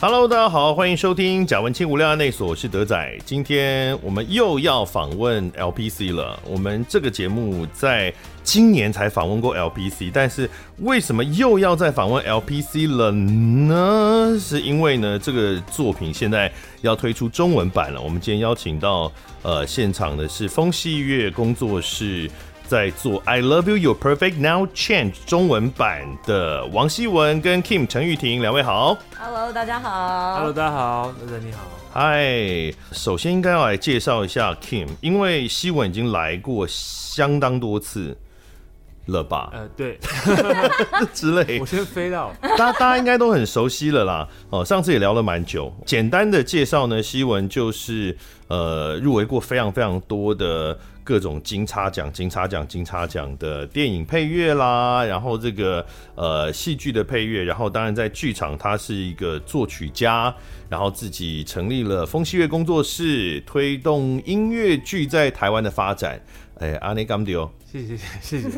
Hello，大家好，欢迎收听《贾文清无料案内所》，我是德仔。今天我们又要访问 LPC 了。我们这个节目在今年才访问过 LPC，但是为什么又要再访问 LPC 了呢？是因为呢，这个作品现在要推出中文版了。我们今天邀请到呃现场的是风戏乐工作室。在做《I Love You You're Perfect Now Change》中文版的王希文跟 Kim 陈玉婷两位好。 Hello，大家好。 Hello，大家好，大家你好。嗨，首先应该要来介绍一下 Kim，因为希文已经来过相当多次了吧、呃， 对之类我，先飞到， 大家大家应该都很熟悉了啦。哦，上次也聊了蛮久。简单的介绍呢，希文就是呃入围过非常非常多的各种金叉奖、金叉奖、金叉奖的电影配乐啦，然后这个呃戏剧的配乐，然后当然在剧场他是一个作曲家，然后自己成立了风戏乐工作室，推动音乐剧在台湾的发展。哎，阿内甘迪哦，谢谢谢谢，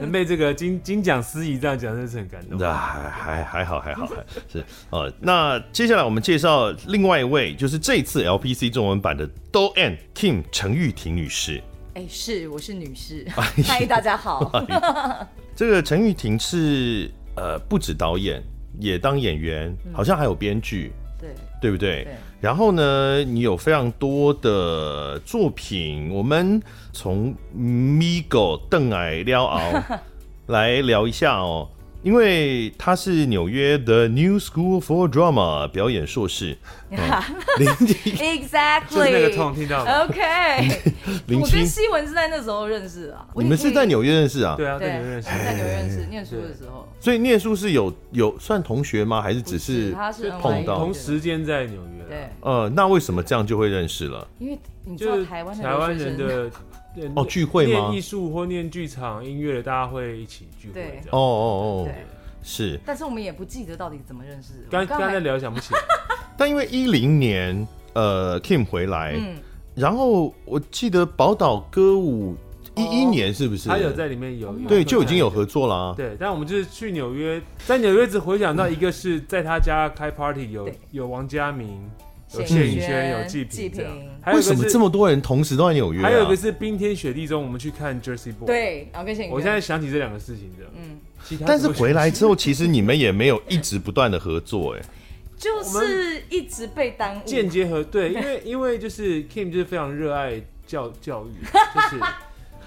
能被这个金金奖司仪这样讲，真是很感动。那还啊还还好，还好，还是呃。那接下来我们介绍另外一位，就是这次 LPC 中文版的 Do N Kim 陈玉婷女士。哎、是我是女 士，哎嗨，大家好。这个陈玉婷是呃，不止导演，也当演员，好像还有编剧，对，对不对？对哎然后呢，你有非常多的作品，我们从 Migo 邓矮撩 敖来聊一下哦，因为他是纽约 The New School for Drama 表演硕 士，哦就是那个 Exactly。痛，听呃到吗？ OK，林我跟青，希文是在那时候认识的啊。我你们是在纽约认识啊？对啊，对对，你们认识。哎在纽约认识，念书的时候。所以念书是有有算同学吗？还是只不是他是碰到同时间在纽约啊啦，对，呃，那为什么这样就会认识了？因为你知就道是台湾的台湾留学人 生的对哦，聚会吗念艺？术或念剧场、音乐的，大家会一起聚会这对样。哦哦哦对，，是。但是我们也不记得到底怎么认识的。刚哦我刚才才聊想不起来，但因为一零年，呃，Kim 回来，哎嗯，然后我记得宝岛歌舞一一哦年是不是？他有在里面有对，就已经有合作啊啦、对，但我们就是去纽约，在纽约只回想到一个是在他家开 party，有对有王家明，有谢谢颖颖轩，轩有季季平这样平。还有为一个什么是这么多人同时都在纽约、啊？还有一个是冰天雪地中，我们去看 Jersey Boy。，对，然后跟谢颖我轩现在想起这两个事情的，嗯，其他但是不回来之后，其实你们也没有一直不断的合作、哎，就我是一直被耽误。间接和 对，因为因为就是 Kim 就是非常热爱教教育，就是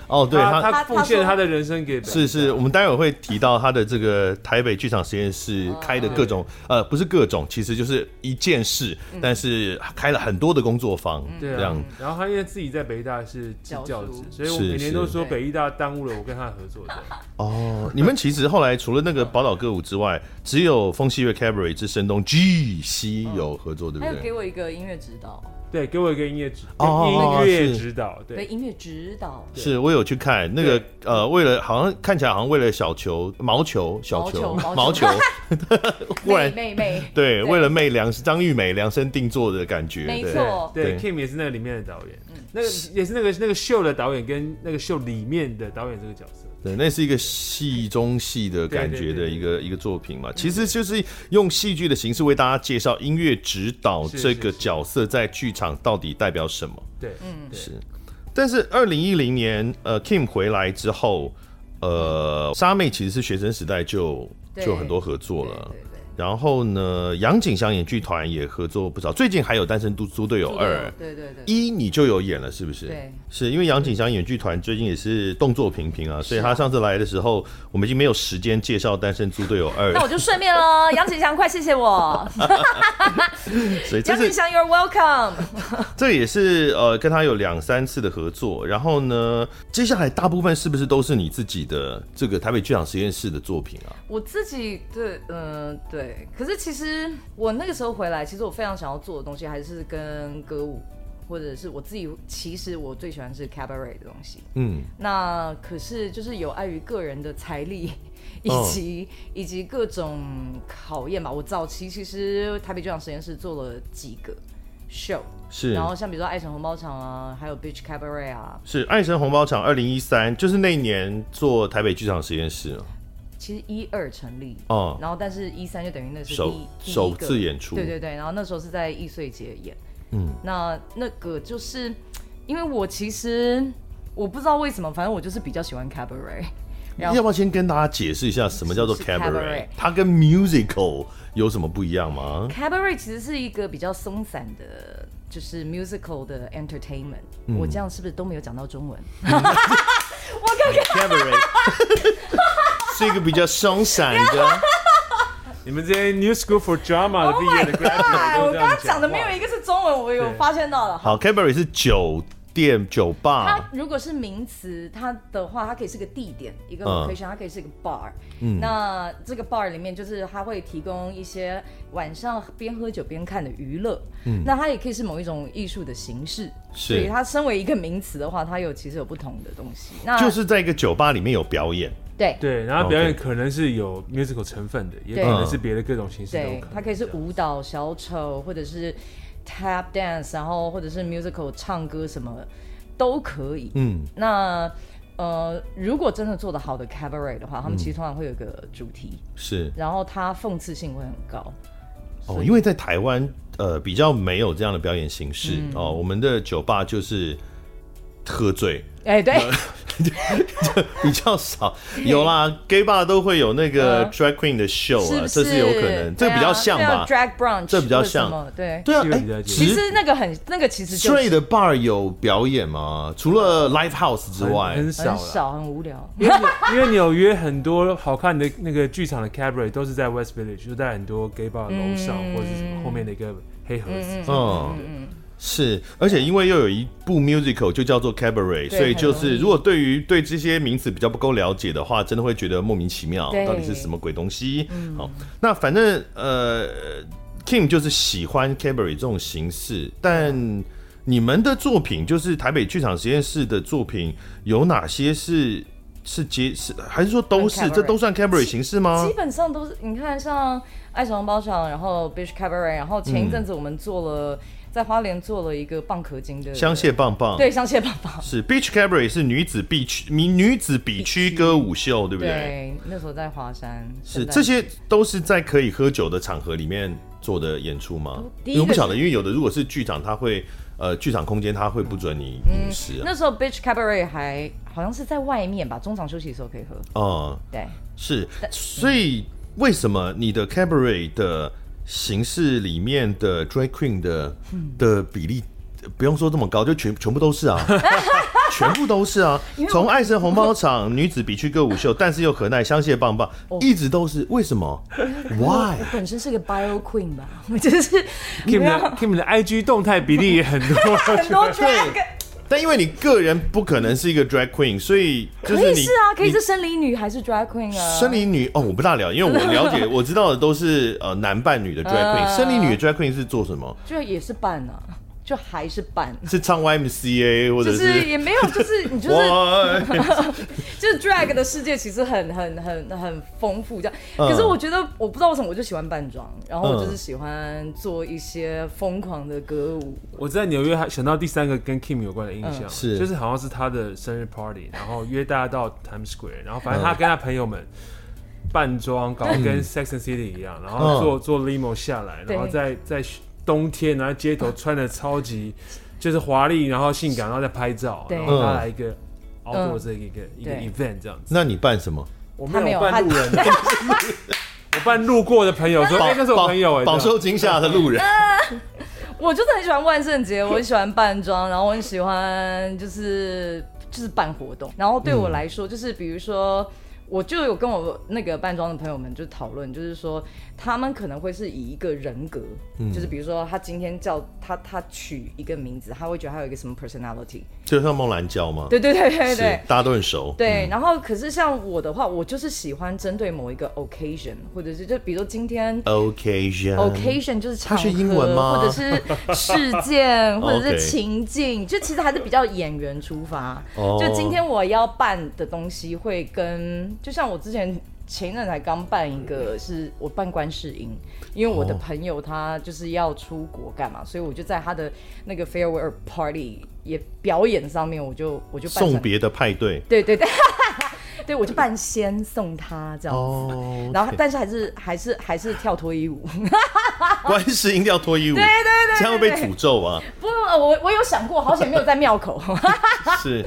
哦， 对他他。他他奉他献说了他的人生给是是，我们待会会提到他的这个台北剧场实验室哦开的各种，嗯呃，不是各种，其实就是一件事，但是开了很多的工作坊，对这样啊，然后他因为自己在北大是是教教职书，所以我是每年都是说对北医大耽误了我跟他的合作的。哦，你们其实后来除了那个宝岛歌舞之外，只有风细月 Cabaret 之声东 G C 有合作，对还不有给对？我一个音乐指导，对，给我一个音乐指哦音乐是指导，对，对音乐指导。是我有去看那个对呃，为了好像看起来好像为了小球毛球小球毛毛球球，忽然妹妹妹，对对为了妹量张玉美量身定做的感觉，没对错嗯对对，Kim 也是那个里面的导演，那个也是那个那个秀的导演跟那个秀里面的导演这个角色。对，那是一个戏中戏的感觉的对对对一个一个作品嘛，其实就是用戏剧的形式为大家介绍音乐指导是这是个是角色在剧场到底代表什么。对，嗯对是，但是二零一零年，呃，Kim 回来之后，呃，沙妹其实是学生时代就对就很多合作了。对对对，然后呢，杨景祥演剧团也合作不少，最近还有《单身猪猪队友二》对对对，一，你就有演了，是不是？对，是因为杨景祥演剧团最近也是动作频频啊，所以他上次来的时候，我们已经没有时间介绍《单身猪队友二那》我，就顺便喽。杨景祥，快谢 谢我。所以这杨景是祥 ，You're welcome。这也是呃跟他有两三次的合作，然后呢，接下来大部分是不是都是你自己的这个台北剧场实验室的作品啊？我自己对，嗯、对。可是其实我那个时候回来，其实我非常想要做的东西还是跟歌舞，或者是我自己。其实我最喜欢是 cabaret 的东西。嗯，那可是就是有碍于个人的财力，以哦及、以及各种考验吧。我早期其实台北剧场实验室做了几个 show，是然后像比如说爱城红包场啊，还有 Beach Cabaret 啊，是爱神红包场二零一三，就是那一年做台北剧场实验室啊其实一二成立，哦，然后但是一三就等于那是首第一第一首个次演出，对对对，然后那时候是在易碎节演，嗯，那那个就是因为我其实我不知道为什么，反正我就是比较喜欢 cabaret，然后要不要先跟大家解释一下什么叫做是是 cabaret cabaret？它跟 musical 有什么不一样 吗？ cabaret 其实是一个比较松散的，就是 musical 的 entertainment。我嗯这样是不是都没有讲到中文？ cabaret 是一个比较松散 的，你们这些 New School for Drama 的 Oh 毕业的 graduate 都我这刚样刚讲的没有一个是中文，我有对发现到了。好，cabaret 是酒店、酒它吧，如果是名词，它的话，它可以是个地点，一个嗯 location，、它可以是一个 bar。那这个 bar 里面就是它会提供一些晚上边喝酒边看的娱乐。那它也可以是某一种艺术的形式。嗯是所以它身为一个名词的话，它有其实有不同的东西。那就是在一个酒吧里面有表演。对对，然后表演 OK 可能是有 musical 成分的，也对可能是别的各种形式都有对可，能。它可以是舞蹈、小丑，或者是 tap dance，然后或者是 musical 唱歌什么都可以。嗯，那呃，如果真的做得好的 cabaret 的话，嗯他们其实通常会有一个主题，是然后它讽刺性会很高。哦，因为在台湾呃比较没有这样的表演形式、嗯哦，我们的酒吧就是喝 醉。哎、对，啊比较少，有啦，gay bar 都会有那个嗯 drag queen 的秀是啊，不这是有可能，这对比较啊像对啊吧？ ？Drag brunch，这比较或者什像么对。对啊，这个比较哎，接其其实实那个很，那个其实嗯就 straight 是的 bar 有表演吗？除了 live house 之外，很少很了。少，很无聊。因为纽因为纽约很多好看的那个剧场的 cabaret 都是在 West Village，就在很多 gay bar 楼上、嗯或者是什么后面的一个黑盒子。嗯，是，而且因为又有一部 musical 就叫做 Cabaret，所以就很容是易如果对于对这些名词比较不够了解的话，真的会觉得莫名其妙，对到底是什么鬼东西？好，那反正呃，Kim 就是喜欢 Cabaret 这种形式，但你们的作品就是台北剧场实验室的作品，有哪些是是接是还是说都是很 cabaret 这都算 Cabaret 形式吗基？本上都是你看像爱小红包场，然后 Beach Cabaret，然后前一阵子我们做了、在花莲做了一个蚌壳精的香榭棒棒，对香榭爸爸，是 Beach Cabaret 是女子必区女女子比区歌舞秀，对不对？对，那时候在华山是圣诞这些都是在可以喝酒的场合里面做的演出吗？哦第一因个为我不晓得，因为有的如果是剧场，它会呃剧场空间它会不准你饮食啊。那时候 Beach Cabaret 还好像是在外面吧，中场休息的时候可以喝。哦、对，是，所以为什么你的 Cabaret 的形式里面的 Drag Queen 的嗯的比例？呃不用说这么高，就全全部都是 啊，全部都是啊。从爱神红包场、女子比区歌舞 秀，但是又可耐香榭棒棒，哦一直都是为什么？Why？我本身是个 Bio Queen 吧，我就是 Kim 没有的 Kim 的 IG 动态比例也很 多，很多 drag，但因为你个人不可能是一个 drag queen，所以就可是以你是啊，可以你是生理女还是 drag queen 啊？生理女哦，我不大了解，因为我了 解我知道的都是呃男扮女的 drag queen，嗯生理女的 drag queen 是做什么？就也是伴啊，就还是伴。是唱 YMCA 或就者是是也 没有，就是你就是哇， 就是 drag 的世界其实很很很很丰富，这样。嗯可是我觉得我不知道为什么我就喜欢扮装，然后我就是喜欢做一些疯狂的歌舞。 我在纽约还想到第三个跟 Kim 有关的印象，嗯是就是好像是他的生日 party，然后约大家到 Times Square，然后反正他跟他朋友们扮装，搞得跟 Sex and City 一样，然后坐坐 limo 下来，对嗯然后在在冬天，然后街头穿的超级就是华丽，然后性感，然后再拍照，对然后他来一个 outdoor 嗯这一个一个对 event 这样子。那你扮什么？我他没有扮路人， 我扮路过的朋友说， 哎，那是我朋友哎，饱这样受惊吓的路人， 我就是很喜欢万圣节，我很喜欢扮装，然后我很喜欢就是就是办活动。然后对我来说，就是比如说。我就有跟我那个扮装的朋友们就讨论，就是说他们可能会是以一个人格，就是比如说他今天叫他他取一个名字，他会觉得他有一个什么 personality，就像梦兰娇吗？对对对对对哦是，，大家都很熟。对，然后可是像我的话，我就是喜欢针对某一个 occasion，或者是就比如说今天。 Occasion。 occasion 就是场嗯合，它是英文吗或者是事 件，或者 OK 是情境，就其实还是比较演员出发。哦就今天我要办的东西会跟，就像我之前前一阵才刚办一个，是我办观世音，因为我的朋友他就是要出国干嘛，所以我就在他的那个 farewell party 也表演上面，我就我就办成送别的派对，对对对， 对我就扮仙送他这样子。 哦，然后 OK，但是还是还是还是跳脱衣舞，观世音调脱衣舞，对对对对这样会被诅咒啊！不，我我有想过，好险没有在 庙口。是。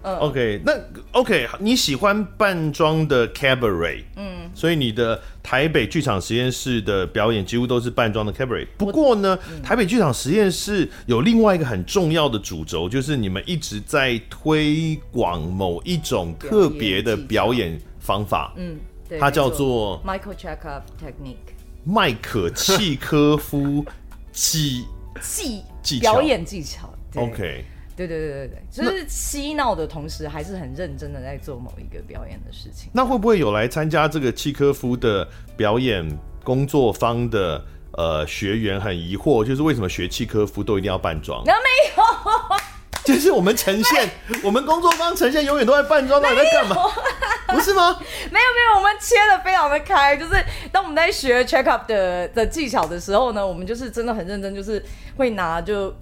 OK，那嗯 OK，你喜欢扮装的 cabaret，嗯，所以你的台北剧场实验室的表演几乎都是扮装的 cabaret。不过呢，嗯台北剧场实验室有另外一个很重要的主轴，就是你们一直在推广某一种特别的表演方法，嗯，对，它没叫错做 Michael Checkup Technique 麦可契科夫技技技巧表演技巧。对 OK，对对对对对，就是嬉闹的同时，还是很认真的在做某一个表演的事情。那会不会有来参加这个契科夫的表演工作坊的呃学员很疑惑，就是为什么学契科夫都一定要扮装？然后没就是我们呈 现，我们工作坊呈现永远都在扮装，到底在干嘛？不是吗？没有没有，我们切的非常的开，就是当我们在学 check up 的的技巧的时候呢，我们就是真的很认真，就是会拿就。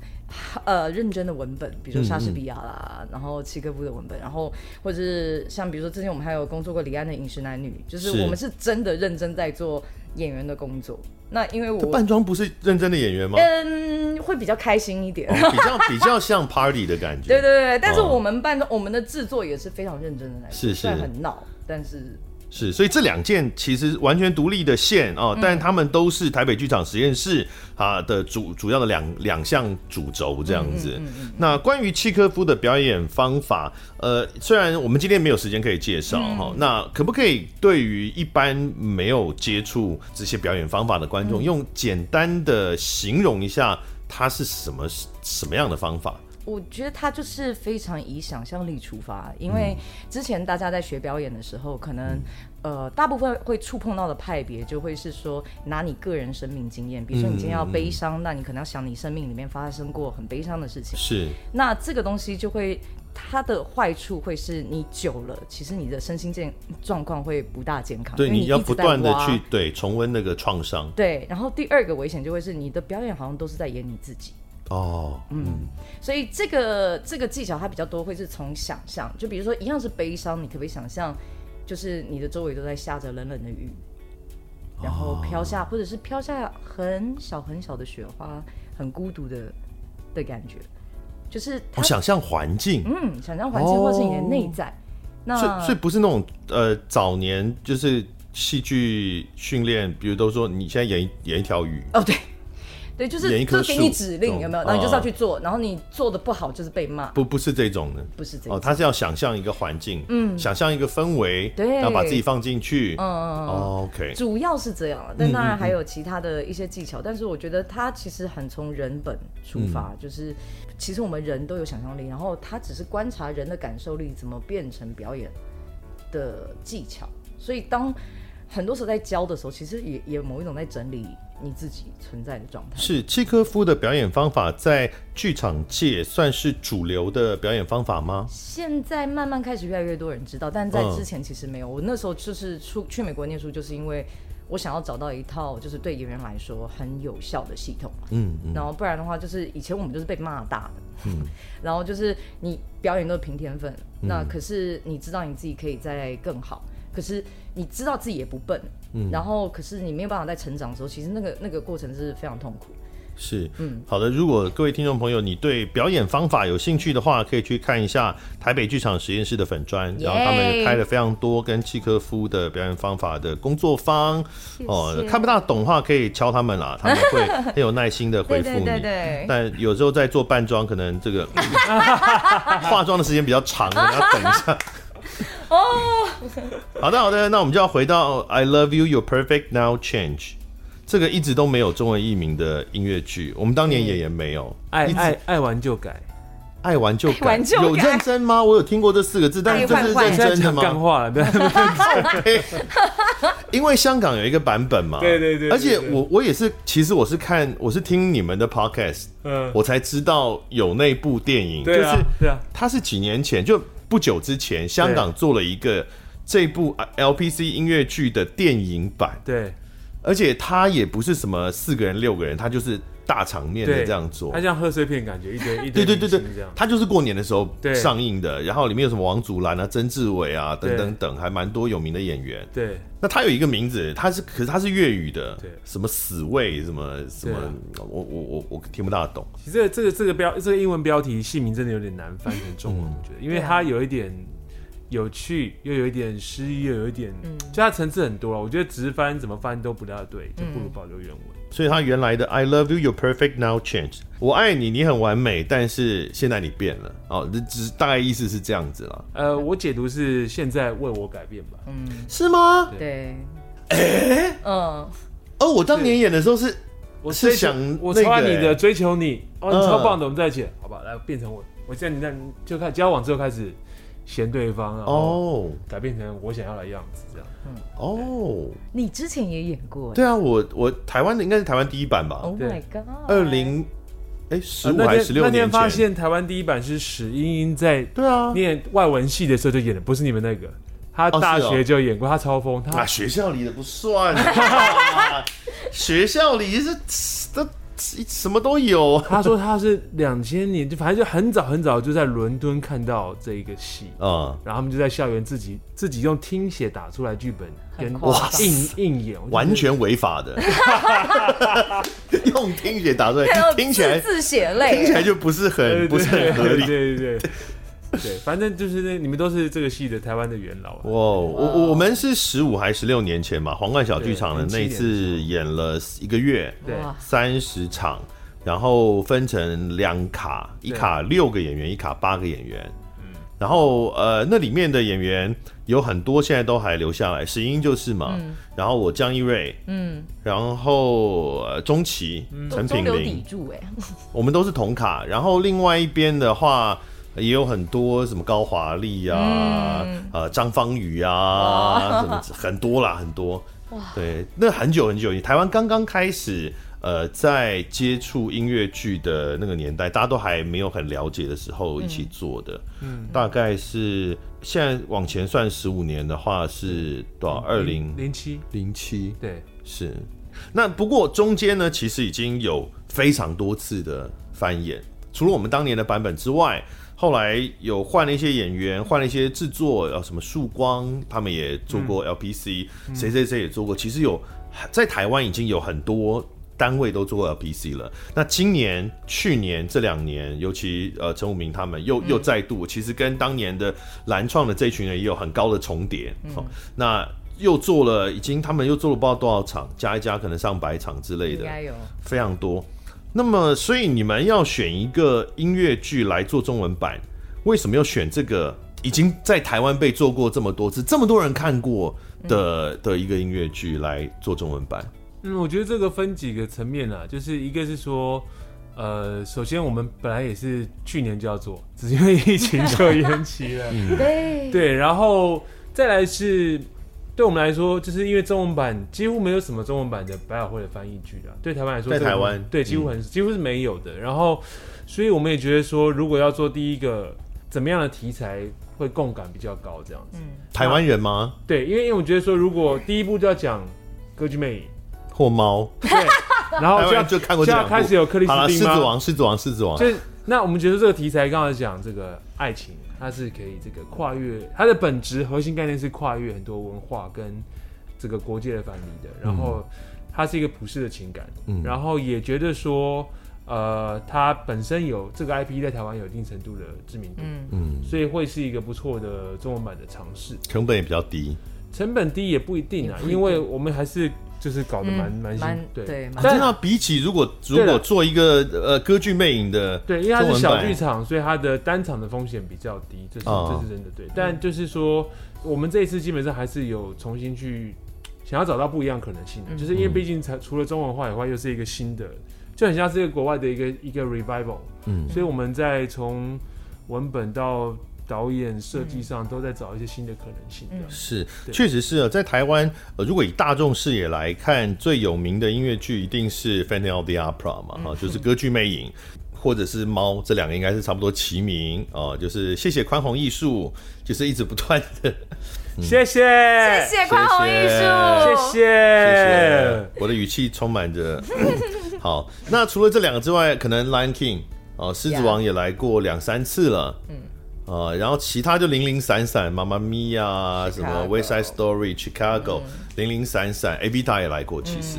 呃，认真的文本，比如说莎士比亚啦，嗯然后契诃夫的文本，然后或者是像比如说之前我们还有工作过李安的《饮食男女》，就是是我们是真的认真在做演员的工作。那因为这我扮装不是认真的演员吗？哦嗯会比较开心一点，比较比较像 party 的感觉。对对对，但是哦我们办的、我们的制作也是非常认真的来做，是是虽然很闹，但是是，所以这两件其实完全独立的线嗯哦，但他们都是台北剧场实验室啊的主主要的两两项主轴这样子。嗯那关于契科夫的表演方法，呃，虽然我们今天没有时间可以介绍嗯哈、那可不可以对于一般没有接触这些表演方法的嗯观众，用简单的形容一下它是什么什么样的方法？我觉得他就是非常以想象力出发，因嗯为之前大家在学表演的时候，可能、呃大部分会触碰到的派别就会是说拿你个人生命经验，比如说你今天要悲嗯伤，那你可能要想你生命里面发生过很悲伤的事情，是那这个东西就会。它的坏处会是你久了，其实你的身心健状况会不大健康。对，因为你要一直不在断的挖去对重温那个创伤对，然后第二个危险就会是你的表演好像都是在演你自己，哦，嗯，所以这个这个技巧它比较多会是从想象，就比如说一样是悲伤，你可不可以想象，就是你的周围都在下着冷冷的雨，然后飘下、或者是飘下很小很小的雪花，很孤独的的感觉，就是我它想象环境。嗯想象环境或者是你的内在，所那以所以不是那种呃早年就是戏剧训练，比如都说你现在演一演一条鱼，哦对。对，就演一是棵就给你树指懂令，有没有？然后你就是要啊去做，然后你做的不好就是被骂，不不是这种的。不是这哦，样。他是要想象一个环境，嗯，想象一个氛围，对然后把自己放进去，嗯、嗯，哦，OK，主要是这样啊，但当然还有其他的一些技巧，但是我觉得它其实很从人本出发，就是其实我们人都有想象力，然后它只是观察人的感受力怎么变成表演的技巧，所以当很多时候在教的时候，其实也也某一种在整理你自己存在的状态。是契科夫的表演方法在剧场界算是主流的表演方法吗？现在慢慢开始越来越多人知道，但在嗯之前其实没有。我那时候就是出去美国念书，就是因为我想要找到一套就是对演员来说很有效的系统。嗯嗯，然后不然的话，就是以前我们就是被骂大的， 然后就是你表演都是凭天分，嗯那可是你知道你自己可以再更好，可是你知道自己也不笨，嗯然后可是你没有办法在成长的时候，其实那个那个过程是非常痛苦。是，嗯，好的。如果各位听众朋友你对表演方法有兴趣的话，可以去看一下台北剧场实验室的粉砖，然后他们 Yay 开了非常多跟契科夫的表演方法的工作坊。哦，看不大懂的话可以敲他们 啦，他们会很有耐心的回复你。对，但有时候在做扮装，可能这 个化妆的时间比较长，可能要等一下。 哦，好的好的，那我们就要回到《I 哦 Love You, You're Perfect Now Change》这个一直都没有中文译名的音乐剧，我们当年也也没有。爱一直爱爱完就改，爱玩就爱改，玩就改有认真吗？我有听过这四个字，但是这是爱换认换现在 真的讲干吗？话了，不要因为香港有一个版本嘛，对对对对而且对我我也是，其实我是看我是听你们的 podcast， 嗯，我才知道有那部电影，对啊就是对啊，它是几年前就不久之前，香啊港做了一个这部 LPC 音乐剧的电影版，对，而且他也不是什么四个人、六个人，他就是大场面的对，这样做它。像贺岁片感觉，一堆 一对堆对对对明星这样，。他就是过年的时候对上映的，然后里面有什么王祖蓝啊、曾志伟啊等等等，还蛮多有名的演员。对，那他有一个名字，他是可是他是粤语的，对什么死味什么什么对啊，我我我我听不大懂。其实这个这个这个标这个英文标题戏名真的有点难翻成中文，我嗯觉得，因为它有一点有趣，又有一点诗意，又有一点，就它层次很多了。啊我觉得直翻怎么翻都不大对，就不如保留原文。所以他原来的 I love you, you're perfect now changed，我爱你，你很完美，但是现在你变了哦，这只是大概意思是这样子啦，呃，我解读是现在为我改变吧。是吗？嗯对，哎，嗯，哦，我当年演的时候是我是追求想我那超爱个你欸的，追求你，哦，你嗯超棒的，我们在一起，好吧？来变成我，我现在你那就开交往之后开始嫌对方，然后哦改变成我想要的样子，这样。哦，你之前也演过欸对啊，我我台湾的应该是台湾第一版吧， ，Oh 对 my god，二零哎十哦呃五那还天是十六那天年发前，现台湾第一版是史英英在对啊，念外文系的时候就演的，不是你们那个。他哦大是哦学就演过，他超疯，他啊学校里的不算，啊学校里是这什么都有啊他说他是两千年，就反正就很早很早就在伦敦看到这一个戏，嗯，然后他们就在校园自己自己用听写打出来剧本跟很夸张硬硬演，我就觉得完全违法的，用听觉打出看到来，听起来自自血听起泪，来就不是很对对不是很合理。对对对对对，反正就是那你们都是这个戏的台湾的元老啊，哇，我我我们是十五还十六年前嘛，皇冠小剧场的对那一07次演了一个月对哇三十场，然后分成两卡，一卡六个演员，一卡八个演员。然后呃，那里面的演员有很多现在都还留下来，石英就是嘛，然后我江一瑞，嗯，然后呃钟琦、陈中品流林砥，柱哎，我们都是同卡，然后另外一边的话。呃也有很多什么高华丽啊，呃张方宇啊，什么很多啦，很多。对，那很久很久，以前台湾刚刚开始，呃，在接触音乐剧的那个年代，大家都还没有很了解的时候一起做的。嗯，大概是现在往前算十五年的话是多少？二零零七，零七对，是，那不过中间呢，其实已经有非常多次的翻演，除了我们当年的版本之外，后来有换了一些演员，换了一些制作，呃，什么曙光他们也做过 LPC，谁谁谁也做过，其实有在台湾已经有很多。单位都做过 LPC 了，那今年、去年这两年，尤其呃陈武明他们又又再度，其实跟当年的蓝创的这群人也有很高的重叠。哦，那又做了，已经他们又做了不知道多少场，加一加可能上百场之类应的，该有，非常多。那么，所以你们要选一个音乐剧来做中文版，为什么要选这个已经在台湾被做过这么多次、这么多人看过的、的一个音乐剧来做中文版？嗯，我觉得这个分几个层面啊，就是一个是说。呃，首先我们本来也是去年就要做，只是因为疫情就延期了。嗯对，对，然后再来是对我们来说，就是因为中文版几乎没有什么中文版的百老汇的翻译剧啊，对台湾来说，在这个台湾嗯对几乎很、几乎是没有的。然后，所以我们也觉得说，如果要做第一个怎么样的题材会共感比较高，这样子。台湾人吗？对，因为因为我觉得说，如果第一部就要讲歌剧魅影， 或猫？对，然台后湾就要人就看过这就要两部开始有克里斯好了，狮汀子吗？王，狮子王，狮子王。就是那我们觉得这个题材刚才讲这个爱情，它是可以这个跨越它的本质核心概念是跨越很多文化跟这个国界的藩篱的，然后它是一个普世的情感，嗯然后也觉得说。呃，它本身有这个 IP 在台湾有一定程度的知名度，嗯，嗯，所以会是一个不错的中文版的尝试。成本也比较低。成本低也不一定啊，也不一定因为我们还是就是搞得蛮嗯蛮辛蛮对对啊、蛮真的啊、比起如果如对果了做一个呃歌剧魅影的，对，因为它是中文小版剧场，所以它的单场的风险比较低，这是、哦这是真的对。但就是说，我们这一次基本上还是有重新去想要找到不一样可能性的，嗯就是因为毕竟才除了中文化以外，又是一个新的，就很像是一个国外的一个一个 revival，嗯，所以我们在从文本到导演设计嗯上都在找一些新的可能性这样。是，对确实是啊，在台湾，呃，如果以大众视野来看，最有名的音乐剧一定是《Phantom of the Opera》嘛，哈、就是《歌剧魅影》。或者是猫，这两个应该是差不多齐名哦、就是谢谢宽宏艺术，就是一直不断的谢谢谢，谢谢宽宏艺嗯谢谢，术，谢谢。我的语气充满着 好。那除了这两个之外，可能《Lion King》哦，《狮子 Yeah 王》也来过两三次了，嗯，呃，然后其他就零零散散，《妈妈咪呀》什么《 Chicago West Side Story》、《Chicago》零零散散，《A B 大》也来过，其实，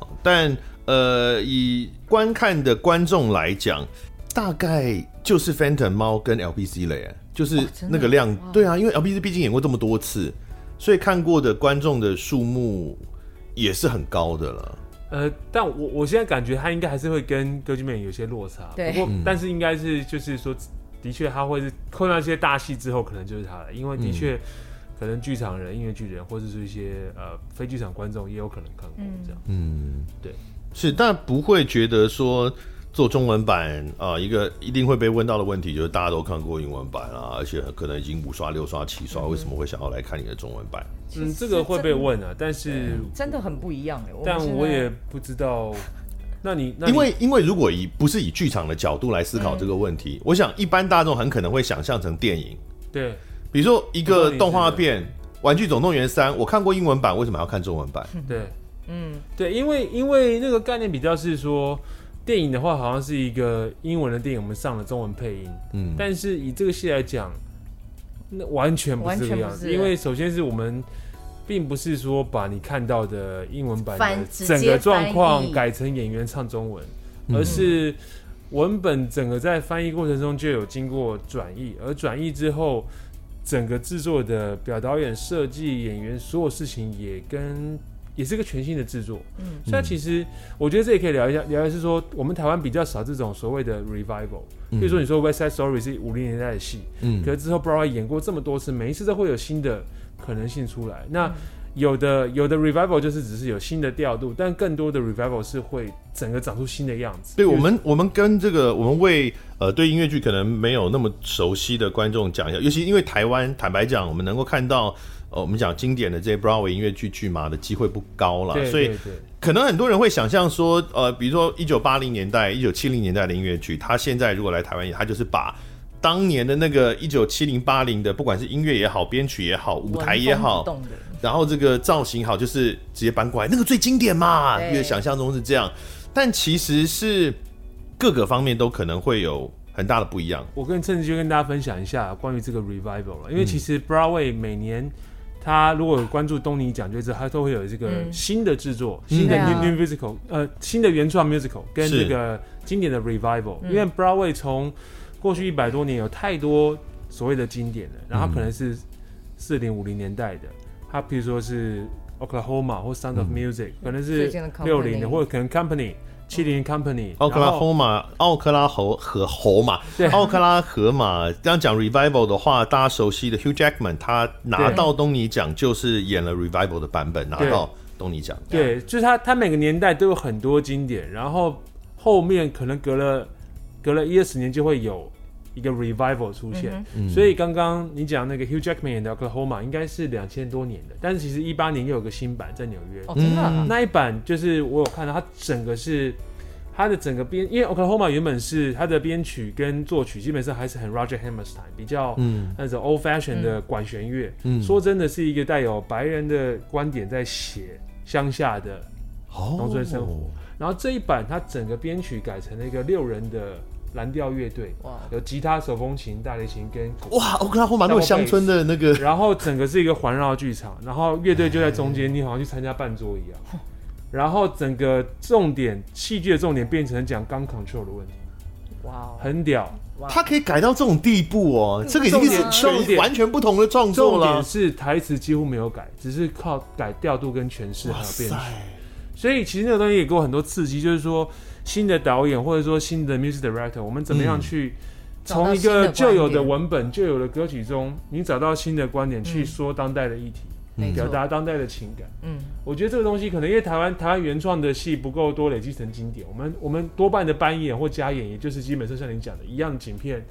哦但呃，以观看的观众来讲，大概就是《Phantom 猫》跟 LPC 了耶，就是哦真的那个量，对啊，因为 LPC 毕竟演过这么多次，所以看过的观众的数目也是很高的了。呃，但我我现在感觉他应该还是会跟歌剧魅影有些落差，对不过嗯但是应该是就是说，的确他会是碰到一些大戏之后，可能就是他了，因为的确、嗯可能剧场人、音乐剧人或者是一些呃非剧场观众也有可能看过这样。嗯，对，是，但不会觉得说做中文版啊、一个一定会被问到的问题就是大家都看过英文版啊，而且可能已经五刷、六刷、七嗯刷，为什么会想要来看你的中文版？嗯，这个会被问啊，但是真的很不一样哎。嗯们但现我在也不知道，那你那你因为因为如果以不是以剧场的角度来思考这个问嗯题，我想一般大众很可能会想象成电影，对比如说一我个懂你动画是的片《玩具总动员三》，我看过英文版，为什么还要看中文版？对，嗯，对，因为因为那个概念比较是说，电影的话好像是一个英文的电影，我们上了中文配音，嗯，但是以这个戏来讲，那完全不是这个样完全不子，是因为首先是我们。并不是说把你看到的英文版翻的直接整个状翻况译改成演员唱中文，而是文本整个在翻译过程中就有经过转译，而转译之后，整个制作的表导演、设计、演员所有事情也跟也是个全新的制作。嗯，所以它其实我觉得这也可以聊一下，聊一下是说我们台湾比较少这种所谓的 revival，比如说你说《West Side Story》是五零年代的戏，嗯可是之后 Broadway 演过这么多次，每一次都会有新的可能性出来。那有的有的 revival 就是只是有新的调度，但更多的 revival 是会整个长出新的样子。对比我如说们，我们跟这个，我们为呃对音乐剧可能没有那么熟悉的观众讲一下，尤其因为台湾，坦白讲，我们能够看到呃我们讲经典的这些 Broadway 音乐剧剧码的机会不高啦，对所以对对可能很多人会想象说，呃，比如说一九八零年代、一九七零年代的音乐剧，它现在如果来台湾演，它就是把当年的那个一九七零八零的，不管是音乐也好、编曲也好、舞台也好纹，风不动的然后这个造型好，就是直接搬过来，那个最经典嘛，对因为想象中是这样，但其实是各个方面都可能会有很大的不一样。我跟趁机就跟大家分享一下关于这个 revival 了，因为其实 Broadway 每年。他如果有关注东尼奖，就会知道他都会有这个嗯新的制作、新的对 new, 啊 new musical，呃，新的原创 musical 跟是这个经典的 revival。因为嗯 Broadway 从过去一百多年有太多所谓的经典了，然后它可能是四零五零年代的，它譬如说是 Oklahoma 或 Sound of Music，、可能最是近的六零的， Company 或者可能 Company 七零 Company，奥克然拉后荷马，奥克拉猴和猴马，对奥克拉荷马。这样讲 revival 的话，大家熟悉的 Hugh Jackman，他拿对到东尼奖就是演了 revival 的版本，拿到东尼奖。对，就是他他每个年代都有很多经典，然后后面可能隔了隔了一二十年就会有一个 revival 出嗯现。嗯所以刚刚你讲那个 Hugh Jackman 演的 Oklahoma 应该是两千多年的，但是其实一八年又有个新版在纽约，哦，真嗯的啊，那一版就是我有看到它整个是。它的整个编，因为 Oklahoma 原本是它的编曲跟作曲基本上还是很 Roger Hammerstein 比较嗯那种 old fashion 的管弦乐，嗯说真的是一个带有白人的观点在写乡下的。哦农村生活然后这一版它整个编曲改成了一个六人的蓝调乐队，哇有吉他、手风琴、大提琴跟鼓，哇，奥克拉荷马那么乡村的那个，然后整个是一个环绕剧场，然后乐队就在中间，你好像去参加伴奏一样。然后整个重点戏剧的重点变成讲钢 control 的问题，哇哦，很屌。他可以改到这种地步哦，这个已经重是点重全点完全不同的创作重了点。是台词几乎没有改，只是靠改调度跟诠释还有编曲。所以其实那个东西也给我很多刺激，就是说新的导演或者说新的 music director，我们怎么嗯样去从一个旧有的文本、旧有的歌曲中，你找到新的观点去说当代的议题，嗯没表错，达当代的情感。嗯，我觉得这个东西可能因为台湾台湾原创的戏不够多，累积成经典。我们我们多半的班演或加演，也就是基本上像你讲的一样的景片，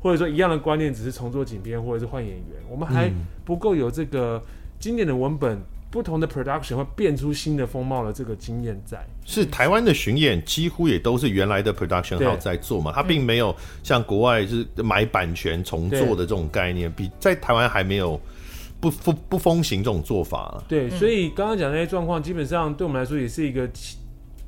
或者说一样的观念，只是重做景片或者是换演员。我们还不够有这个经典的文本不同的 production 会变出新的风貌的这个经验在。是台湾的巡演几乎也都是原来的 production 嗯对 house 在做嘛，它并没有像国外就是买版权重做的这种概念，比在台湾还没有不不不风行这种做法啊了。嗯对，所以刚刚讲那些状况，基本上对我们来说也是一个启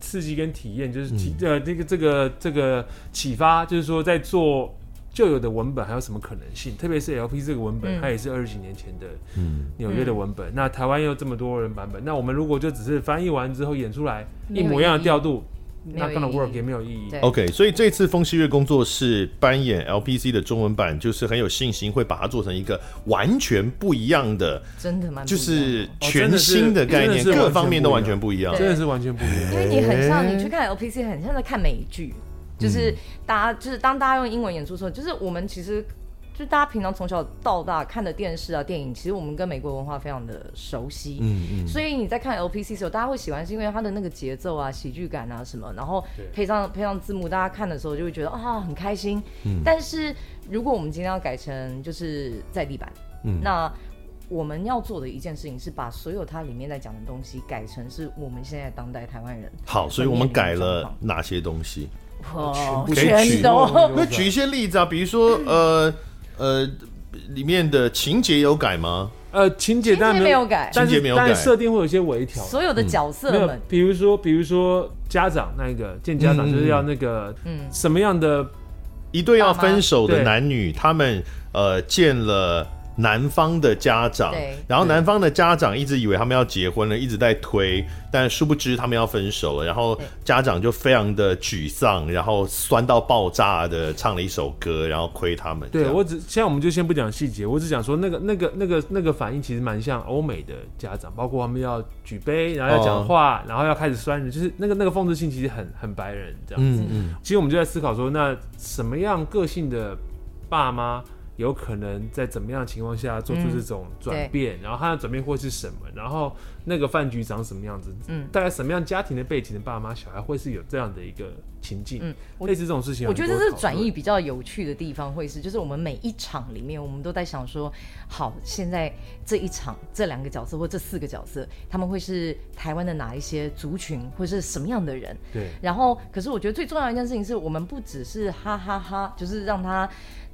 刺激跟体验，嗯就是体、呃这个这个这个启发，就是说在做旧有的文本还有什么可能性，特别是 LP 这个文本，嗯它也是二十几年前的嗯，纽约的文本，那台湾又有这么多人版本，那我们如果就只是翻译完之后演出来没一有模一样意的义调度，没那有 gonna 意义 work 也没有意义。对 OK，所以这次风西月工作室扮演 LPC 的中文版，就是很有信心会把它做成一个完全不一样的，真的蛮不就一样的是哦真全的是新的概真的念，是完全各方面都不一完样全不一样。对真的是完全不一样因。为你很像，欸你去看 LPC 很像在看美剧，就是大家就是当大家用英文演出的时候，就是我们其实就大家平常从小到大看的电视啊电影，其实我们跟美国文化非常的熟悉，嗯嗯，所以你在看 LPC 的时候，大家会喜欢是因为它的那个节奏啊、喜剧感啊什么，然后对配上配上字幕，大家看的时候就会觉得啊很开心。但是如果我们今天要改成就是在地板，嗯那我们要做的一件事情是把所有它里面在讲的东西改成是我们现在当代台湾人好，所以我们改了哪些东西？哦，可以取全都 那举一些例子啊，比如说呃呃，里面的情节有改吗？呃情节当然没有改，但情节是没有但改是设定会有一些微调。所有的角色嗯没有们，，比如说，比如说家长那一个见家长嗯就是要那个嗯什么样的一对要分手的对男女，他们呃见了。男方的家长对，然后男方的家长一直以为他们要结婚了，一直在推，但殊不知他们要分手了。然后对家长就非常的沮丧，然后酸到爆炸的唱了一首歌，然后亏他们这样。对我只现在我们就先不讲细节，我只讲说那个那个那个那个反应其实蛮像欧美的家长，包括他们要举杯，然后要哦讲话，然后要开始酸人，就是那个那个讽刺性其实很很白人这样。嗯嗯，其实我们就在思考说，那什么样个性的爸妈有可能在怎么样的情况下做出这种转变，然后他的转变会是什么，然后那个饭局长什么样子，嗯大概什么样家庭的背景的爸妈小孩会是有这样的一个情境，嗯我类似这种事我情很多觉讨得论，这是转移比较有趣的地方，会是就是我们每一场里面，我们都在想说，好，现在这一场这两个角色或这四个角色，他们会是台湾的哪一些族群，或是什么样的人？对。然后，可是我觉得最重要的一件事情是我们不只是哈哈哈就是让他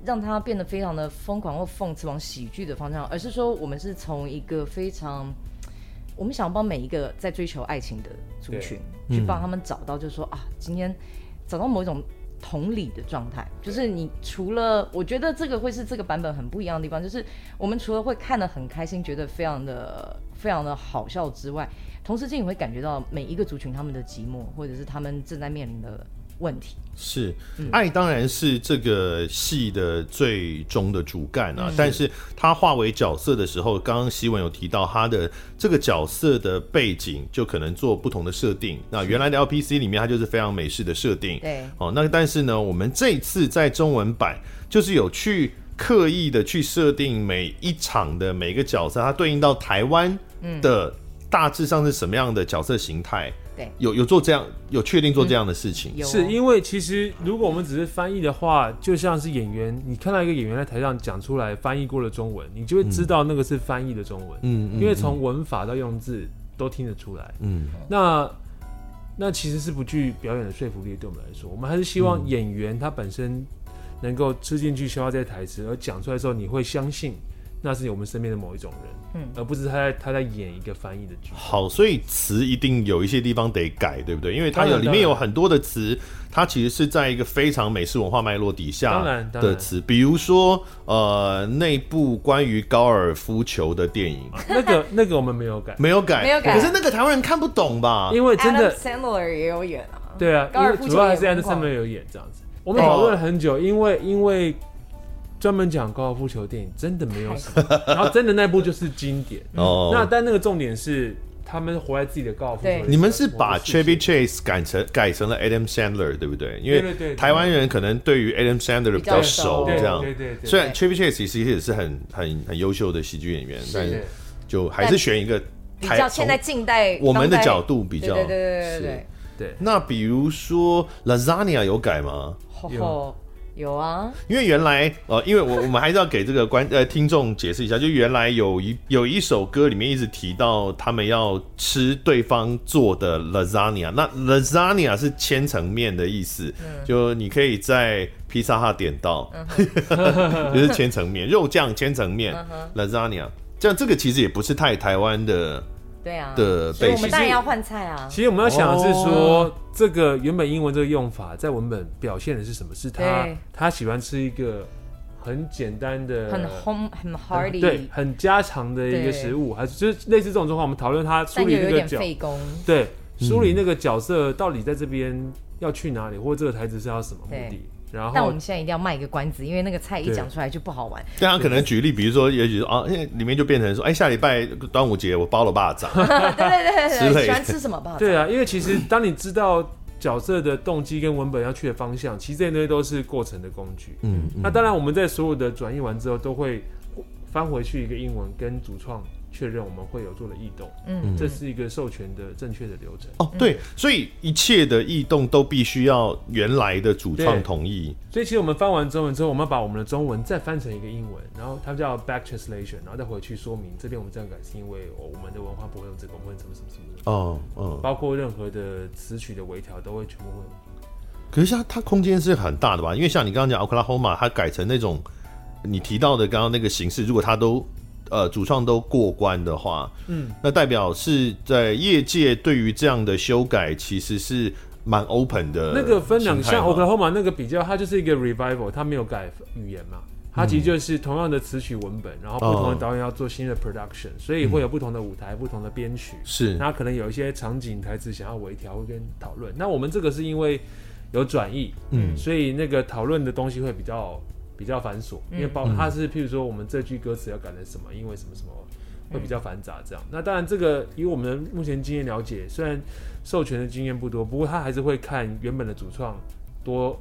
让他变得非常的疯狂或讽刺往喜剧的方向，而是说我们是从一个非常。我们想要帮每一个在追求爱情的族群，去帮他们找到，就是说、啊，今天找到某一种同理的状态，就是你除了我觉得这个会是这个版本很不一样的地方，就是我们除了会看得很开心，觉得非常的非常的好笑之外，同时间也会感觉到每一个族群他们的寂寞，或者是他们正在面临的问题。是，爱当然是这个戏的最终的主干啊，但是他化为角色的时候，刚刚希文有提到他的这个角色的背景，就可能做不同的设定。那原来的 LPC 里面，它就是非常美式的设定，对哦，那但是呢，我们这一次在中文版就是有去刻意的去设定每一场的每个角色，它对应到台湾的大致上是什么样的角色形态。对，有有做这样有确定做这样的事情，有哦啊是因为其实如果我们只是翻译的话，就像是演员，你看到一个演员在台上讲出来翻译过的中文，你就会知道那个是翻译的中文，嗯因为从文法到用字都听得出来。嗯那那其实是不具表演的说服力，对我们来说，我们还是希嗯望演员他本身能够吃进去、消化这些台词，而讲出来之后，你会相信那是我们身边的某一种人，嗯而不是他在他在演一个翻译的剧。 好，所以词一定有一些地方得改，对不对？因为它当有然里面有很多的词，它其实是在一个非常美式文化脉络底下当然当然的词，比如说呃那部关于高尔夫球的电影那个那个我们没有改，没有改，没有改可是那个台湾人看不懂吧？因为真的 Sandler 也有演啊，对啊，高因尔为夫主球要也还是有疯 Anderson 狂没有演这样子。我们哦讨论了很久，因为因为专门讲高尔夫球的电影真的没有什 么，然后真的那部就是经典。哦，那但那个重点是他们活在自己的高尔夫球对里。你们是把我是 Chevy Chase 改成改成了 Adam Sandler，对不对？因对对对为对台湾人可能对于 Adam Sandler 比比较较熟熟，这样。对对对对虽然 Chevy Chase 其实也是很很很优秀的喜剧演员，但是就还是但选一个比台哦较现在近代我们的当代角度比较对对对对对是对对那比如说 lasagna 有改吗？吼有吼，有啊，因为原来呃，因为我我 们还是要给这个观呃听众解释一下，就原来有一有一首歌里面一直提到他们要吃对方做的 lasagna，那 lasagna 是千层面的意思，嗯就你可以在披萨哈点到， 就是千层面肉酱千层面、lasagna，这样这个其实也不是太台湾的对啊，的所以背我景。们当然要换菜啊。其实我们要想的是说，哦这个原本英文这个用法在文本表现的是什么？是他对他喜欢吃一个很简单的、很呃 home 很很对 hardy，，很家常的一对个食物，还是就是类似这种状况，我们讨论他梳但理又那有个点角，费工。对，梳嗯理那个角色到底在这边要去哪里，或者这个台词是要什么目的对。然但我后们现在一定要卖一个关子，因为那个菜一对讲出来就不 好玩。但他啊可能举例，比如说，也许是啊，因为里面就变成说，哎、下礼拜端午节我包了蚂蚱，对对对之对类的对，喜欢吃什么吧？对啊，因为其 实当你知道角色的动机跟文本要去的方向，其实这些东西都是过程的工具。嗯，嗯那当然，我们在所有的转译完之后，都会翻回去一个英文跟主创确认我们会有做的异动，嗯，这是一个授权的正确的流程。哦，对，所以一切的异动都必须要原来的主创对同意。所以其实我们翻完中文之后，我们要把我们的中文再翻成一个英文，然后它叫 back translation，然后再回去说明这边我们这样改是因为我们的文化不会用这个，我们会怎么什么什么什么，哦，嗯，包括任何的词曲的微调都会全部会。可是它它空间是很大的吧？因为像你刚刚讲 Oklahoma，它改成那种你提到的刚刚那个形式，如果它都呃主创都过关的话，嗯，那代表是在业界对于这样的修改其实是蛮 open 的心态那嘛。个分两项，Oklahoma 那个比较，它就是一个 revival，它没有改语言嘛，它嗯其实就是同样的词曲文本，然后不哦同的导演要做新的 production，、所以会有不同的舞台、不同的编曲，嗯是那可能有一些场景台词想要微调会跟讨论。那我们这个是因为有转译，嗯所以那个讨论的东西会比较比较繁琐，因为包它是譬如说我们这句歌词要改成什么，因为什么什么。会比较繁杂，这样。那当然，这个以我们的目前经验了解，虽然授权的经验不多，不过他还是会看原本的主创多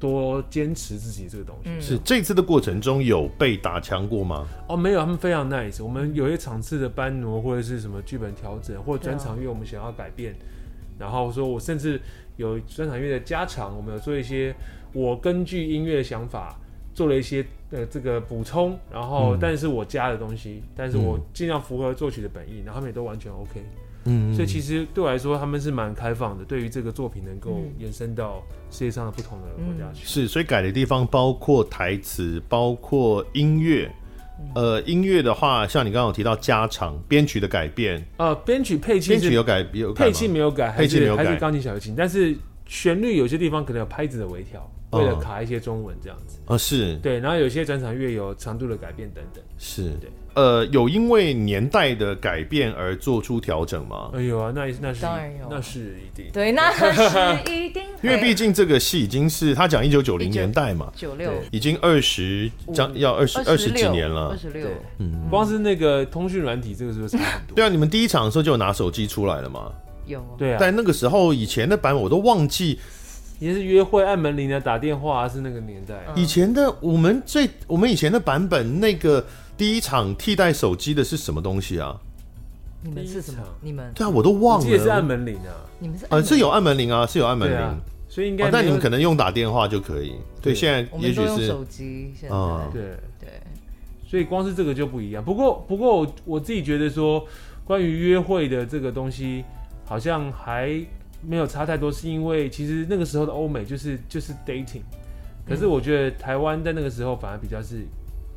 多坚持自己这个东西。是这次的过程中有被打枪过吗？哦，没有，他们非常 nice。我们有一些场次的班挪或者是什么剧本调整，或者专场啊乐我们想要改变，然后说我甚至有专场乐的加长，我们有做一些我根据音乐想法做了一些呃这个补充，然嗯后但是我加的东西，但是我尽量符合作曲的本意，然后他们也都完全 OK。嗯所以其实对我来说，他们是蛮开放的，对于这个作品能够嗯延伸到世界上的不同的国家去。是，所以改的地方包括台词，包括音乐。呃，音乐的话，像你刚刚有提到加长编曲的改变，呃，编曲配器编曲是有改有改吗配器没有改，还配器没有是改还是钢琴小提琴，但是旋律有些地方可能有拍子的微调，哦为了卡一些中文这样子。啊、是对，然后有些转场乐有长度的改变等等。是对，呃，有因为年代的改变而做出调整吗？哎呦啊，那那是当然有那是一定。对， 那是一定因为毕竟这个戏已经是他讲一九九零19年代嘛，哎九六对已经二十将要二十二十几年了二。十六对，光是那个通讯软体，这个是不是差很多？对啊，你们第一场的时候就有拿手机出来了嘛？有对啊，但那个时候以前的版本我都忘记，也是约会按门铃的打电话啊，是那个年代。以前的我们最我们以前的版本那个第一场替代手机的是什么东西啊？你们是什第一么场？你们对啊，我都忘了。我记得是按门铃啊，你们是呃，是有有按门铃啊，是有按门对铃。啊，所以应哦该但没你有们可能用打电话就可以。对，对现在我也们都许用是手机现在嗯对。对，所以光是这个就不一样。不过，不过我我自己觉得说，关于约会的这个东西，好像还没有差太多，是因为其实那个时候的欧美就是就是 dating，可是我觉得台湾在那个时候反而比较是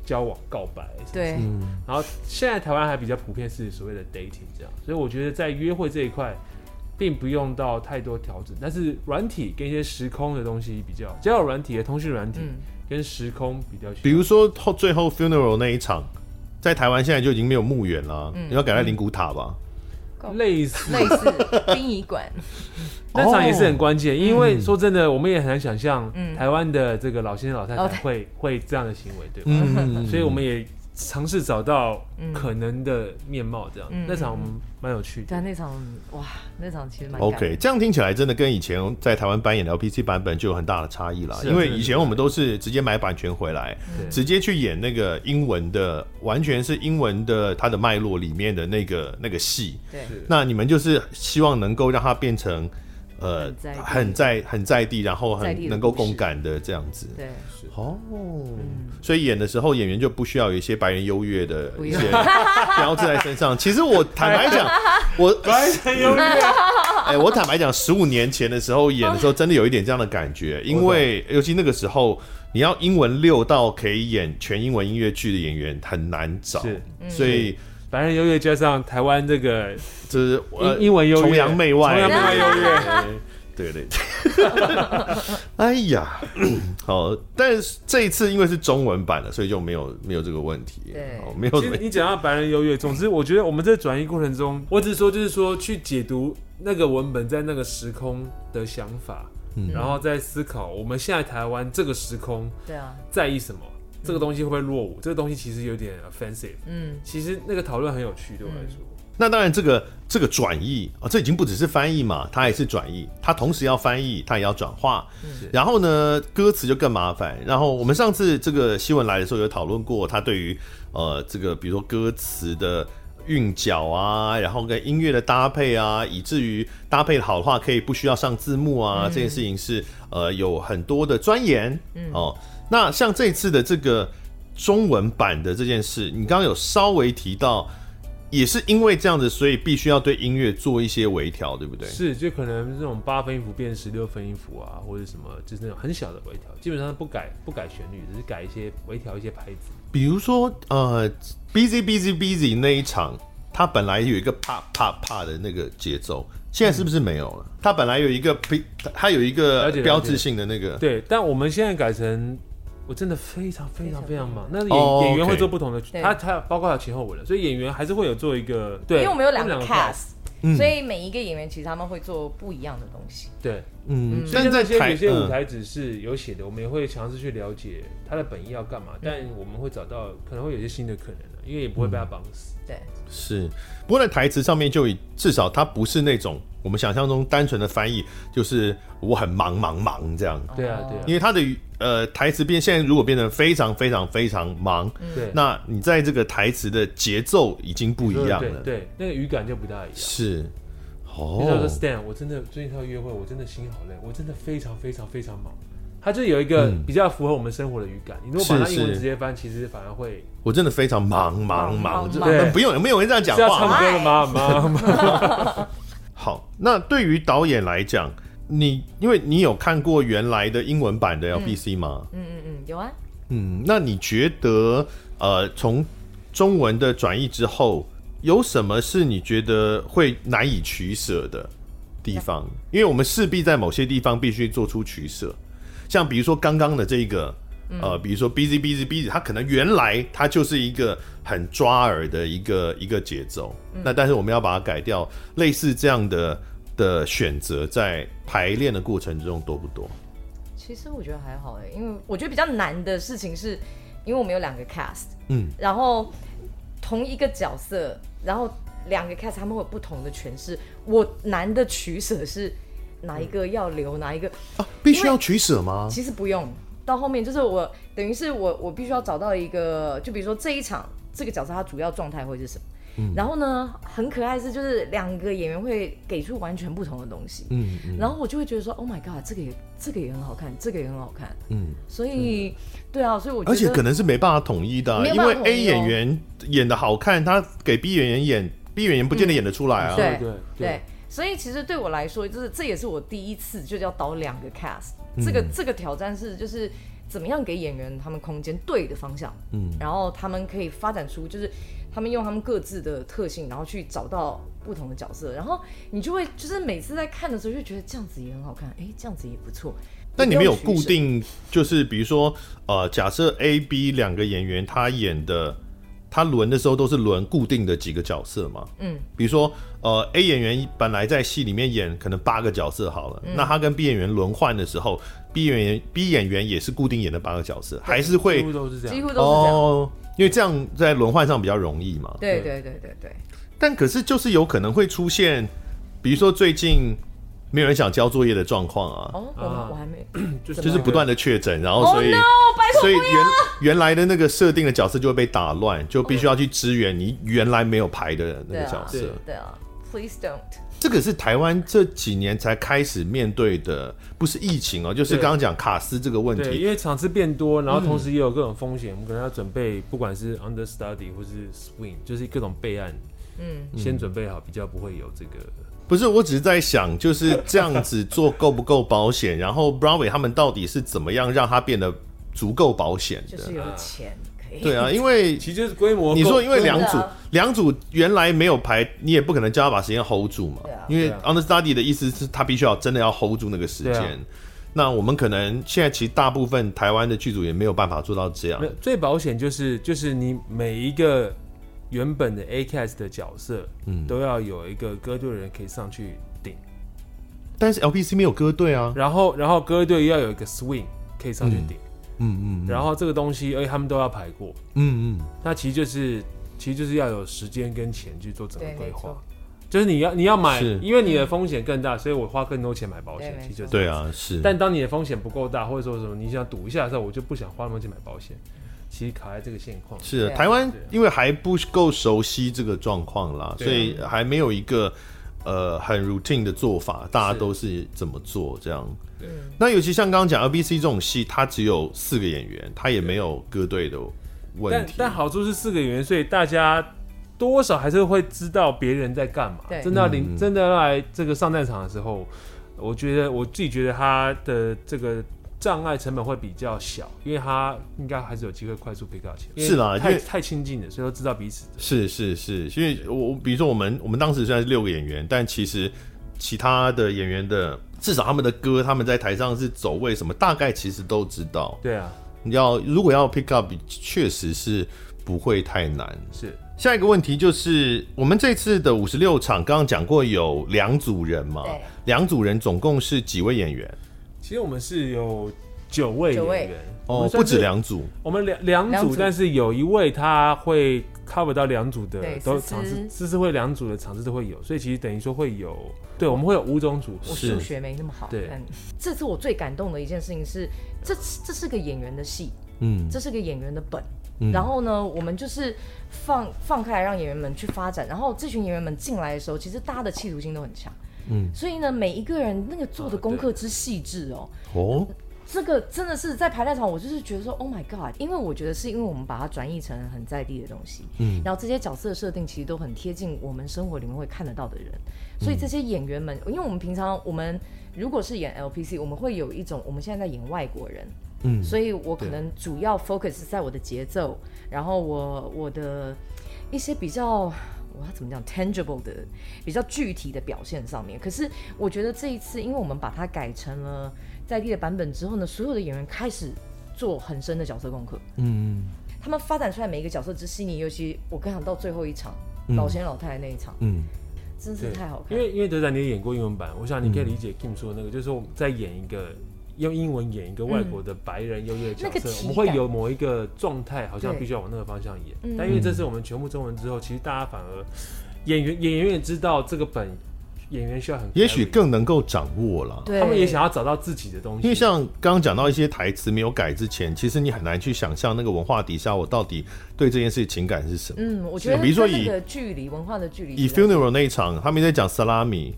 交往告白，对嗯然后现在台湾还比较普遍是所谓的 dating 这样，所以我觉得在约会这一块。并不用到太多调整，但是软体跟一些时空的东西比较，交友软体、通讯软体嗯，跟时空比较需要，比如说后最后 funeral 那一场，在台湾现在就已经没有墓园了，啊嗯你要改在灵骨塔吧？类似类似殡仪馆，那场也是很关键，因为说真的，我们也很难想象台湾的这个老先生老太老太太会会这样的行为，对吧？嗯所以我们也尝试找到可能的面貌，这样嗯那场我们蛮有趣对啊，的。那场哇，那场其实蛮感 OK，这样听起来真的跟以前在台湾扮演的 LPC 版本就有很大的差异了，是啊因为真的以前我们都是直接买版权回来，对直接去演那个英文的，完全是英文的它的脉络里面的那个那个戏。对是那你们就是希望能够让它变成呃很在地很在很在地，然后在很地的能够故事共感的这样子。对，嗯哦，所以演的时候演员就不需要有一些白人优越的不一用 些标志在身上。其实我坦白讲，我白人优越， 哎、我坦白讲，十五年前的时候演的时候，真的有一点这样的感觉，因为尤其那个时候，你要英文六到可以演全英文音乐剧的演员很难找，是嗯所以白人优越加上台湾这个就是呃英英文优越，崇洋媚外，啊崇洋媚外优越， 对对对， 哎呀， 好，但是这一次因为是中文版的，所以就没有没有这个问题，对好没有其实你讲到白人优越，总之我觉得我们在转移过程中，我只是说就是说去解读那个文本在那个时空的想法，嗯然后再思考我们现在台湾这个时空对啊，在意什么，嗯这个东西会不会落伍，这个东西其实有点 offensive。嗯，其实那个讨论很有趣，对我来说，那当然，这个这个转译啊、哦这已经不只是翻译嘛，它也是转译，它同时要翻译，它也要转化。然后呢，歌词就更麻烦。然后我们上次这个新闻来的时候有讨论过，他对于呃这个比如说歌词的韵脚啊，然后跟音乐的搭配啊，以至于搭配好的话可以不需要上字幕啊，这件事情是呃有很多的钻研。哦，那像这次的这个中文版的这件事，你刚刚有稍微提到。也是因为这样子，所以必须要对音乐做一些微调，对不对？是就可能那种八分音符变十六分音符啊，或者什么，就是那种很小的微调，基本上不改不改旋律，只是改一些微调一些拍子。比如说，呃，busy busy busy 那一场，它本来有一个啪啪啪的那个节奏，现在是不是没有了？它本来有一个 p，它有一个了解了解标志性的那个，对，但我们现在改成，我真的非常非常非常忙。那演、哦演员 OK 会做不同的，对他他包括有前后文了，所以演员还是会有做一个嗯对，因为我们有两他个们 cast，所以每一个演员其实他们会做不一样的东西。对，嗯所但以在在些台有些舞嗯台只是有写的，我们也会尝试去了解他的本意要干嘛，嗯但我们会找到可能会有一些新的可能的，因为也不会被他绑死。对，是，不过在台词上面就以至少它不是那种我们想象中单纯的翻译，就是我很忙忙忙这样，对啊，对啊，因为它的语呃台词变现在如果变成非常非常非常忙，对，那你在这个台词的节奏已经不一样对了。对，那个语感就不大一样。是，比如说哦， Stan，我真的最近他约会，我真的心好累，我真的非常非常非常忙。他就有一个嗯比较符合我们生活的语感，你如果把是它英文是直接翻，其实反而会我真的非常忙忙忙，忙嗯这对不用没有人这样讲是要话。唱歌 了吗？妈妈，好，那对于导演来讲，你因为你有看过原来的英文版的 LBC 吗？嗯嗯嗯，有啊，嗯，那你觉得呃，从中文的转译之后，有什么是你觉得会难以取舍的地方？因为我们势必在某些地方必须做出取舍，像比如说刚刚的这个。呃，比如说 busy busy busy，它可能原来它就是一个很抓耳的一个一个节奏，那但是我们要把它改掉，类似这样的的选择，在排练的过程中多不多？其实我觉得还好哎，因为我觉得比较难的事情是，因为我们有两个 cast，嗯，然后同一个角色，然后两个 cast 他们会有不同的诠释。我难的取舍是哪一个要留，哪一个啊，必须要取舍吗？其实不用，到后面就是我等于是我我必须要找到一个，就比如说这一场这个角色他主要状态会是什么。嗯然后呢，很可爱是就是两个演员会给出完全不同的东西，嗯嗯然后我就会觉得说，Oh my god，这个也这个也很好看，这个也很好看，嗯。所以对啊，所以我觉得而且可能是没办法统一的啊、没有因办法为统 A 一哦演员演的好看，他给 B 演员演，B 演员不见得演得出来啊。对对对，所以其实对我来说，就是这也是我第一次就要导两个 cast，、这嗯个这个挑战是就是怎么样给演员他们空间对的方向，嗯，然后他们可以发展出就是他们用他们各自的特性，然后去找到不同的角色，然后你就会就是每次在看的时候就觉得这样子也很好看，哎，这样子也不错。那你们有不固用取舍定，就是比如说，呃，假设 A、B 两个演员他演的，他轮的时候都是轮固定的几个角色吗？嗯，比如说，呃，A 演员本来在戏里面演可能八个角色好了，嗯那他跟 B 演员轮换的时候，B 演员 B 演员也是固定演的八个角色，还是对，会几乎都是这几样。乎都是这样？啊哦，因为这样在轮换上比较容易嘛。对对对对对对，但可是就是有可能会出现，比如说最近没有人想交作业的状况啊，哦，我们、啊我还没，就就是不断的确诊，然后哦所以 no，拜托所以原原来的那个设定的角色就会被打乱，就必须要去支援你原来没有排的那个角色对。啊对啊，Please don't，这个是台湾这几年才开始面对的，不是疫情哦，就是对刚刚讲卡斯这个问对，题。因为场次变多，然后同时也有各种风险，我们可能要准备，不管是 understudy 或是 swing，就是各种备案，嗯，先准备好，比较不会有这个。不是，我只是在想，就是这样子做够不够保险？然后 Broadway 他们到底是怎么样让它变得足够保险就的？是有钱可以。啊对啊，因为其实就是规模够，你说因为两组真的啊两组原来没有排，你也不可能叫他把时间 hold 住嘛对啊。因为对啊 understudy 的意思是他必须要真的要 hold 住那个时对啊间。那我们可能现在其实大部分台湾的剧组也没有办法做到这样没。有最保险就是就是你每一个原本的 A cast 的角色，嗯，都要有一个歌队的人可以上去顶，但是 LPC 没有歌队啊。然后然后歌队要有一个 swing 可以上去顶，嗯嗯然后这个东西，而哎且他们都要排过，嗯嗯，那其实就是其实就是要有时间跟钱去做整个对规没划错。就是你要你要买，是因为你的风险更大，所以我花更多钱买保险对。没其实就是错对啊，是。但当你的风险不够大，或者说什么你想赌一下的时候，我就不想花那么多钱买保险。其实卡在这个现况，是对啊台湾对啊，因为还不够熟悉这个状况啦，对啊所以还没有一个呃很 routine 的做法，大家都是怎么做这样嗯对。那尤其像刚刚讲 LBC 这种戏，它只有四个演员，它也没有歌队的问但题。但好处是四个演员，所以大家多少还是会知道别人在干嘛。对真的要嗯临、嗯真的要来这个上战场的时候，我觉得我自己觉得他的这个障碍成本会比较小，因为他应该还是有机会快速 pick up 起来。是啦因为太因为太亲近了，所以都知道彼此的。是是是，因为我我比如说我们我们当时虽然是六个演员，但其实其他的演员的至少他们的歌，他们在台上是走位什么，大概其实都知道。对啊，你要如果要 pick up，确实是不会太难。是下一个问题就是，我们这次的五十六场，刚刚讲过有两组人嘛对，两组人总共是几位演员？其实我们是有九位演九位员，我哦们，不算是止两组，我们两两两组组，但是有一位他会 cover 到两组的对，都思思场次，思思会两组的场次都会有，所以其实等于说会有，对，我们会有五种组合我是数学没那么好，对但这次我最感动的一件事情是，这这是个演员的戏，嗯，这是个演员的本。嗯然后呢，我们就是放放开来让演员们去发展。然后这群演员们进来的时候，其实大家的企图心都很强。嗯嗯，所以呢，每一个人那个做的啊功对课之细致哦，哦，这个真的是在排练场，我就是觉得说，Oh my God！因为我觉得是因为我们把它转译成很在地的东西，嗯然后这些角色设定其实都很贴近我们生活里面会看得到的人，嗯所以这些演员们，因为我们平常我们如果是演 LPC，我们会有一种我们现在在演外国人，嗯所以我可能主要 focus 是在我的节奏，然后我我的一些比较。我要怎么讲 tangible 的比较具体的表现上面，可是我觉得这一次，因为我们把它改成了在地的版本之后呢，所有的演员开始做很深的角色功课，嗯他们发展出来每一个角色之细腻，尤其我刚想到最后一场、老先老太太那一场，嗯，真是太好看因了。为因为德仔你也演过英文版，我嗯想你可以理解 Kim 说的那个，就是我们在演一个用英文演一个外国的白人优越的角那个色，体我们会感有某一个状态，好像对必须要往那个方向演嗯。但因为这次我们全部中文之后，其实大家反而演员演员也知道这个本演员需要很 carry，也许更能够掌握了。对，他们也想要找到自己的东西，因为像刚刚讲到一些台词没有改之前，其实你很难去想象那个文化底下我到底对这件事情感是什么。嗯，我觉得比如说跟那以个距离文化的距离以是这样， funeral 那一场，他们在讲萨拉米，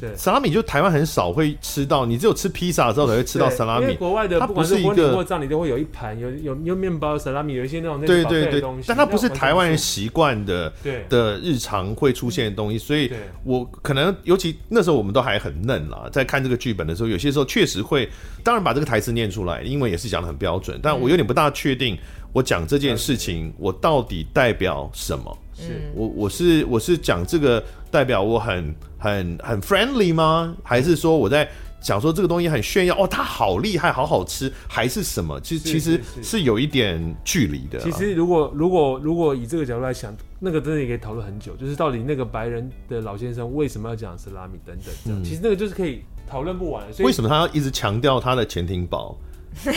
对。萨拉米就台湾很少会吃到，你只有吃披萨的时候才会吃到对萨拉因米为。国外的它不管不是是一婚礼个或葬礼都会有一盘，有有有面包、萨拉米，有一些那种那对个对对对东西，，但它不是那种台湾人东西习惯的对的日常会出现的东西，所以对我可能尤其那时候我们都还很嫩啦，在看这个剧本的时候，有些时候确实会，当然把这个台词念出来，英文也是讲的很标准，嗯但我有点不大确定，我讲这件事情我到底代表什么？是我我是我是讲这个代表我很很很 friendly 吗？还是说我在讲说这个东西很炫耀哦，它好厉害，好好吃，还是什么？其实是其实是是是有一点距离的啦。其实如果如果如果以这个角度来想，那个真的也可以讨论很久，就是到底那个白人的老先生为什么要讲是拉米等等这样，其实那个就是可以讨论不完的。所嗯以为什么他要一直强调他的潜艇堡？对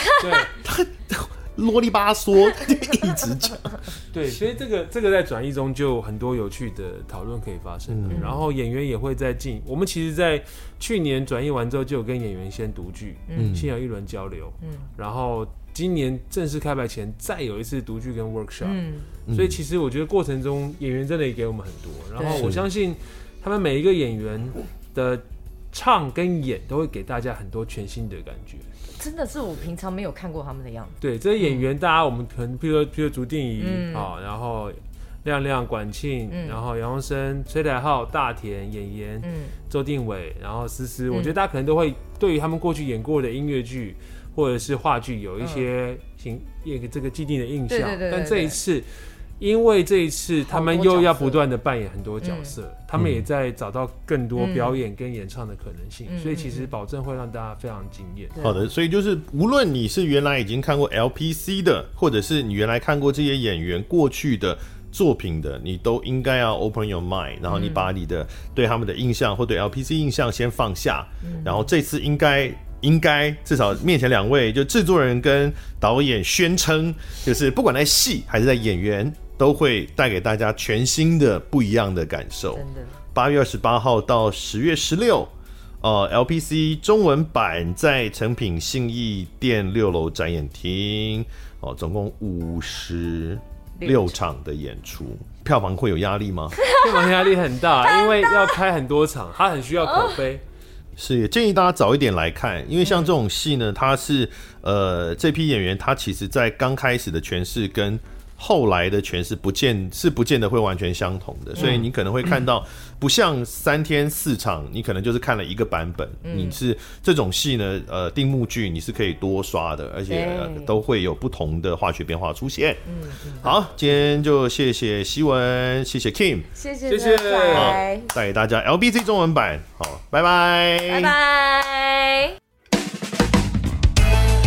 啰里吧嗦，一直讲。对，所以这个这个在转译中就有很多有趣的讨论可以发生了。然后演员也会在进，我们其实，在去年转译完之后，就有跟演员先读剧，嗯，先有一轮交流，嗯，然后今年正式开拍前再有一次读剧跟 workshop，、嗯，所以其实我觉得过程中演员真的也给我们很多，然后我是相信他们每一个演员的唱跟演都会给大家很多全新的感觉。真的是我平常没有看过他们的样子。对这些嗯演员，大家我们可能，譬如说譬如竹定仪啊、然后亮亮、管庆，然后杨宗生、崔台浩、大田、演员、嗯周定伟，然后思思，我觉得大家可能都会对于他们过去演过的音乐剧或者是话剧有一些形一个这个既定的印嗯对象。对对对但这一次，因为这一次他们又要不断的扮演很多嗯角色，他们也在找到更多表演跟演唱的可能性，嗯所以其实保证会让大家非常惊艳。对好的，所以就是无论你是原来已经看过 LPC 的，或者是你原来看过这些演员过去的作品的，你都应该要 open your mind，然后你把你的对他们的印象或对 LPC 印象先放下，然后这次应该。应该至少面前两位就制作人跟导演宣称，就是不管在戏还是在演员，都会带给大家全新的不一样的感受。真的，八月二十八号到十月十六，呃，LPC 中文版在成品信义店六楼展演厅，哦、总共五十六场的演出，票房会有压力吗？票房压力很大，因为要开很多场，他很需要口碑。是，也建议大家早一点来看，因为嗯像这种戏呢，它是呃这批演员他其实在刚开始的诠释跟后来的诠释不见是不见得会完全相同的，所嗯以你可能会 看到不像三天四场，你可能就是看了一个版本，嗯你是这种戏呢，呃定目剧你是可以多刷的，而且、呃对嗯都会有不同的化学变化出现。好，今天就谢谢希文，谢谢 Kim 谢谢谢谢德仔，带给大家 LBC 中文版，好，拜拜，拜拜。